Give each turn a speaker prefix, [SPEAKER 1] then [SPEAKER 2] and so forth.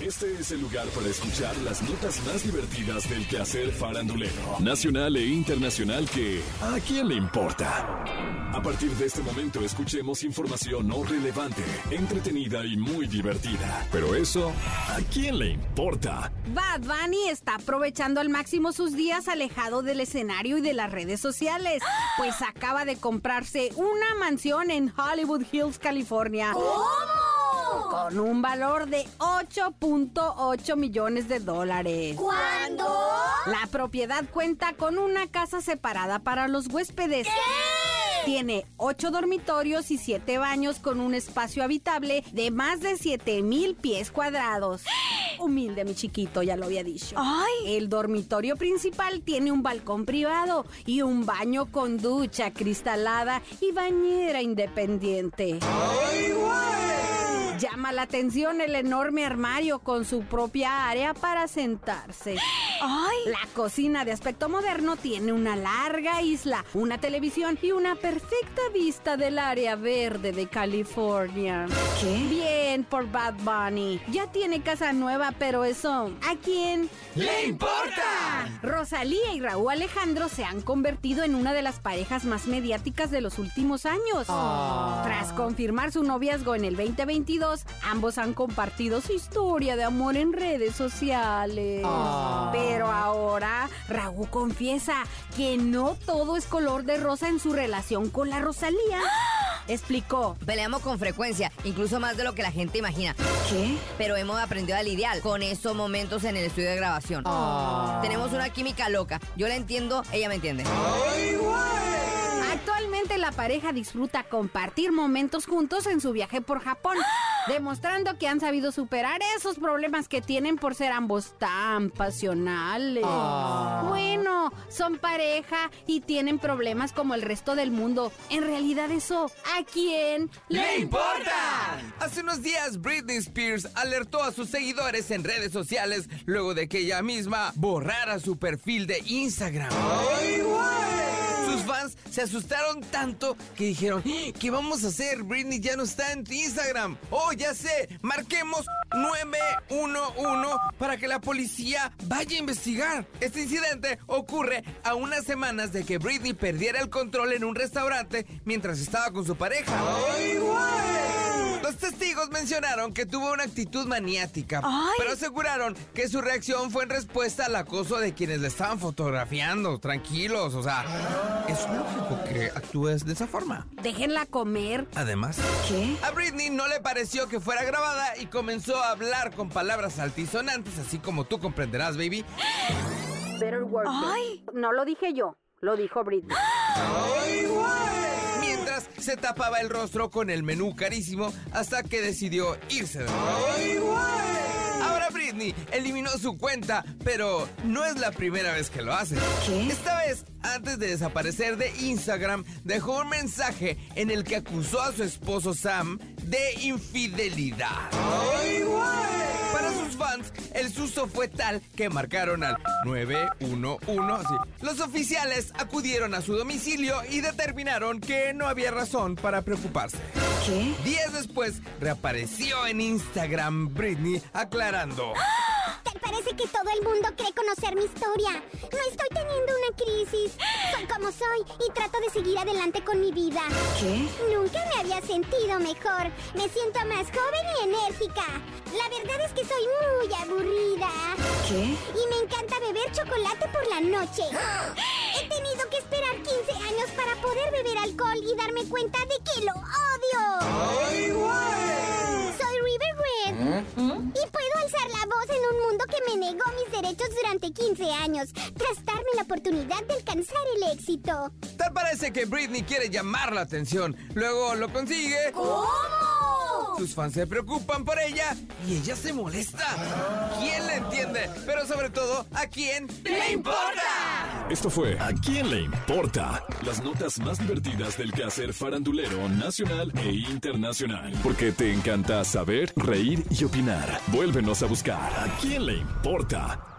[SPEAKER 1] Este es el lugar para escuchar las notas más divertidas del quehacer farandulero, nacional e internacional que ¿a quién le importa? A partir de este momento escuchemos información no relevante, entretenida y muy divertida. Pero eso, ¿a quién le importa?
[SPEAKER 2] Bad Bunny está aprovechando al máximo sus días alejado del escenario y de las redes sociales, pues acaba de comprarse una mansión en Hollywood Hills, California.
[SPEAKER 3] ¿Cómo?
[SPEAKER 2] Con un valor de 8.8 millones de dólares.
[SPEAKER 3] ¿Cuándo?
[SPEAKER 2] La propiedad cuenta con una casa separada para los huéspedes. Tiene ocho dormitorios y siete baños con un espacio habitable de más de 7000 pies cuadrados. Humilde, mi chiquito, ya lo había dicho.
[SPEAKER 3] ¡Ay!
[SPEAKER 2] El dormitorio principal tiene un balcón privado y un baño con ducha cristalada y bañera independiente. Llama la atención el enorme armario con su propia área para sentarse.
[SPEAKER 3] ¡Ay!
[SPEAKER 2] La cocina de aspecto moderno tiene una larga isla, una televisión y una perfecta vista del área verde de California.
[SPEAKER 3] ¿Qué?
[SPEAKER 2] Bien por Bad Bunny. Ya tiene casa nueva, pero eso, ¿a quién
[SPEAKER 1] ¡Le importa!
[SPEAKER 2] Rosalía y Raúl Alejandro se han convertido en una de las parejas más mediáticas de los últimos años. Tras confirmar su noviazgo en el 2022, ambos han compartido su historia de amor en redes sociales. Pero ahora Raúl confiesa que no todo es color de rosa en su relación con la Rosalía. Explicó.
[SPEAKER 4] Peleamos con frecuencia, incluso más de lo que la gente imagina,
[SPEAKER 3] ¿Qué?
[SPEAKER 4] pero hemos aprendido a lidiar con esos momentos en el estudio de grabación. Tenemos una química loca. Yo la entiendo, ella me entiende.
[SPEAKER 2] Actualmente la pareja disfruta compartir momentos juntos en su viaje por Japón, demostrando que han sabido superar esos problemas que tienen por ser ambos tan pasionales.
[SPEAKER 3] Ah.
[SPEAKER 2] Bueno, son pareja y tienen problemas como el resto del mundo. En realidad eso, ¿a quién le importa?
[SPEAKER 5] Hace unos días Britney Spears alertó a sus seguidores en redes sociales luego de que ella misma borrara su perfil de Instagram. Sus fans se asustaron tanto que dijeron, "¡Ah! ¿qué vamos a hacer? Britney ya no está en tu Instagram. Oh, ya sé, marquemos 911 para que la policía vaya a investigar. Este incidente ocurre a unas semanas de que Britney perdiera el control en un restaurante mientras estaba con su pareja. Los testigos mencionaron que tuvo una actitud maniática,
[SPEAKER 3] Ay.
[SPEAKER 5] pero aseguraron que su reacción fue en respuesta al acoso de quienes le estaban fotografiando. Tranquilos, o sea, es lógico que actúes de esa forma.
[SPEAKER 2] Déjenla comer.
[SPEAKER 5] Además,
[SPEAKER 3] ¿Qué?
[SPEAKER 5] a Britney no le pareció que fuera grabada y comenzó a hablar con palabras altisonantes, así como tú comprenderás, baby.
[SPEAKER 3] ¡Ay!
[SPEAKER 2] No lo dije yo, lo dijo Britney.
[SPEAKER 5] Mientras se tapaba el rostro con el menú carísimo hasta que decidió irse. de nuevo. Ahora Britney eliminó su cuenta, pero no es la primera vez que lo hace.
[SPEAKER 3] ¿Qué?
[SPEAKER 5] Esta vez, antes de desaparecer de Instagram, dejó un mensaje en el que acusó a su esposo Sam de infidelidad. Para sus fans, el susto fue tal que marcaron al 911. así. Los oficiales acudieron a su domicilio y determinaron que no había razón para preocuparse.
[SPEAKER 3] ¿Qué?
[SPEAKER 5] Días después, reapareció en Instagram Britney aclarando.
[SPEAKER 6] Que Parece que todo el mundo cree conocer mi historia. No estoy teniendo una crisis. Soy como soy y trato de seguir adelante con mi vida.
[SPEAKER 3] ¿Qué?
[SPEAKER 6] Nunca me había sentido mejor. Me siento más joven y enérgica. La verdad es que soy muy aburrida.
[SPEAKER 3] ¿Qué?
[SPEAKER 6] Y me encanta beber chocolate por la noche. He tenido que esperar 15 años para poder beber alcohol y darme cuenta de que lo odio. Soy River Red. Y puedo alzar la voz en un mundo que me negó mis derechos durante 15 años, tras darme la oportunidad de alcanzar el éxito.
[SPEAKER 5] Tal parece que Britney quiere llamar la atención. Luego lo consigue.
[SPEAKER 6] ¿Cómo?
[SPEAKER 5] Sus fans se preocupan por ella y ella se molesta. ¿Quién le entiende? Pero sobre todo, ¿a quién le importa?
[SPEAKER 1] Esto fue ¿A quién le importa? Las notas más divertidas del quehacer farandulero nacional e internacional. Porque te encanta saber, reír y opinar. Vuélvenos a buscar ¿A quién le importa?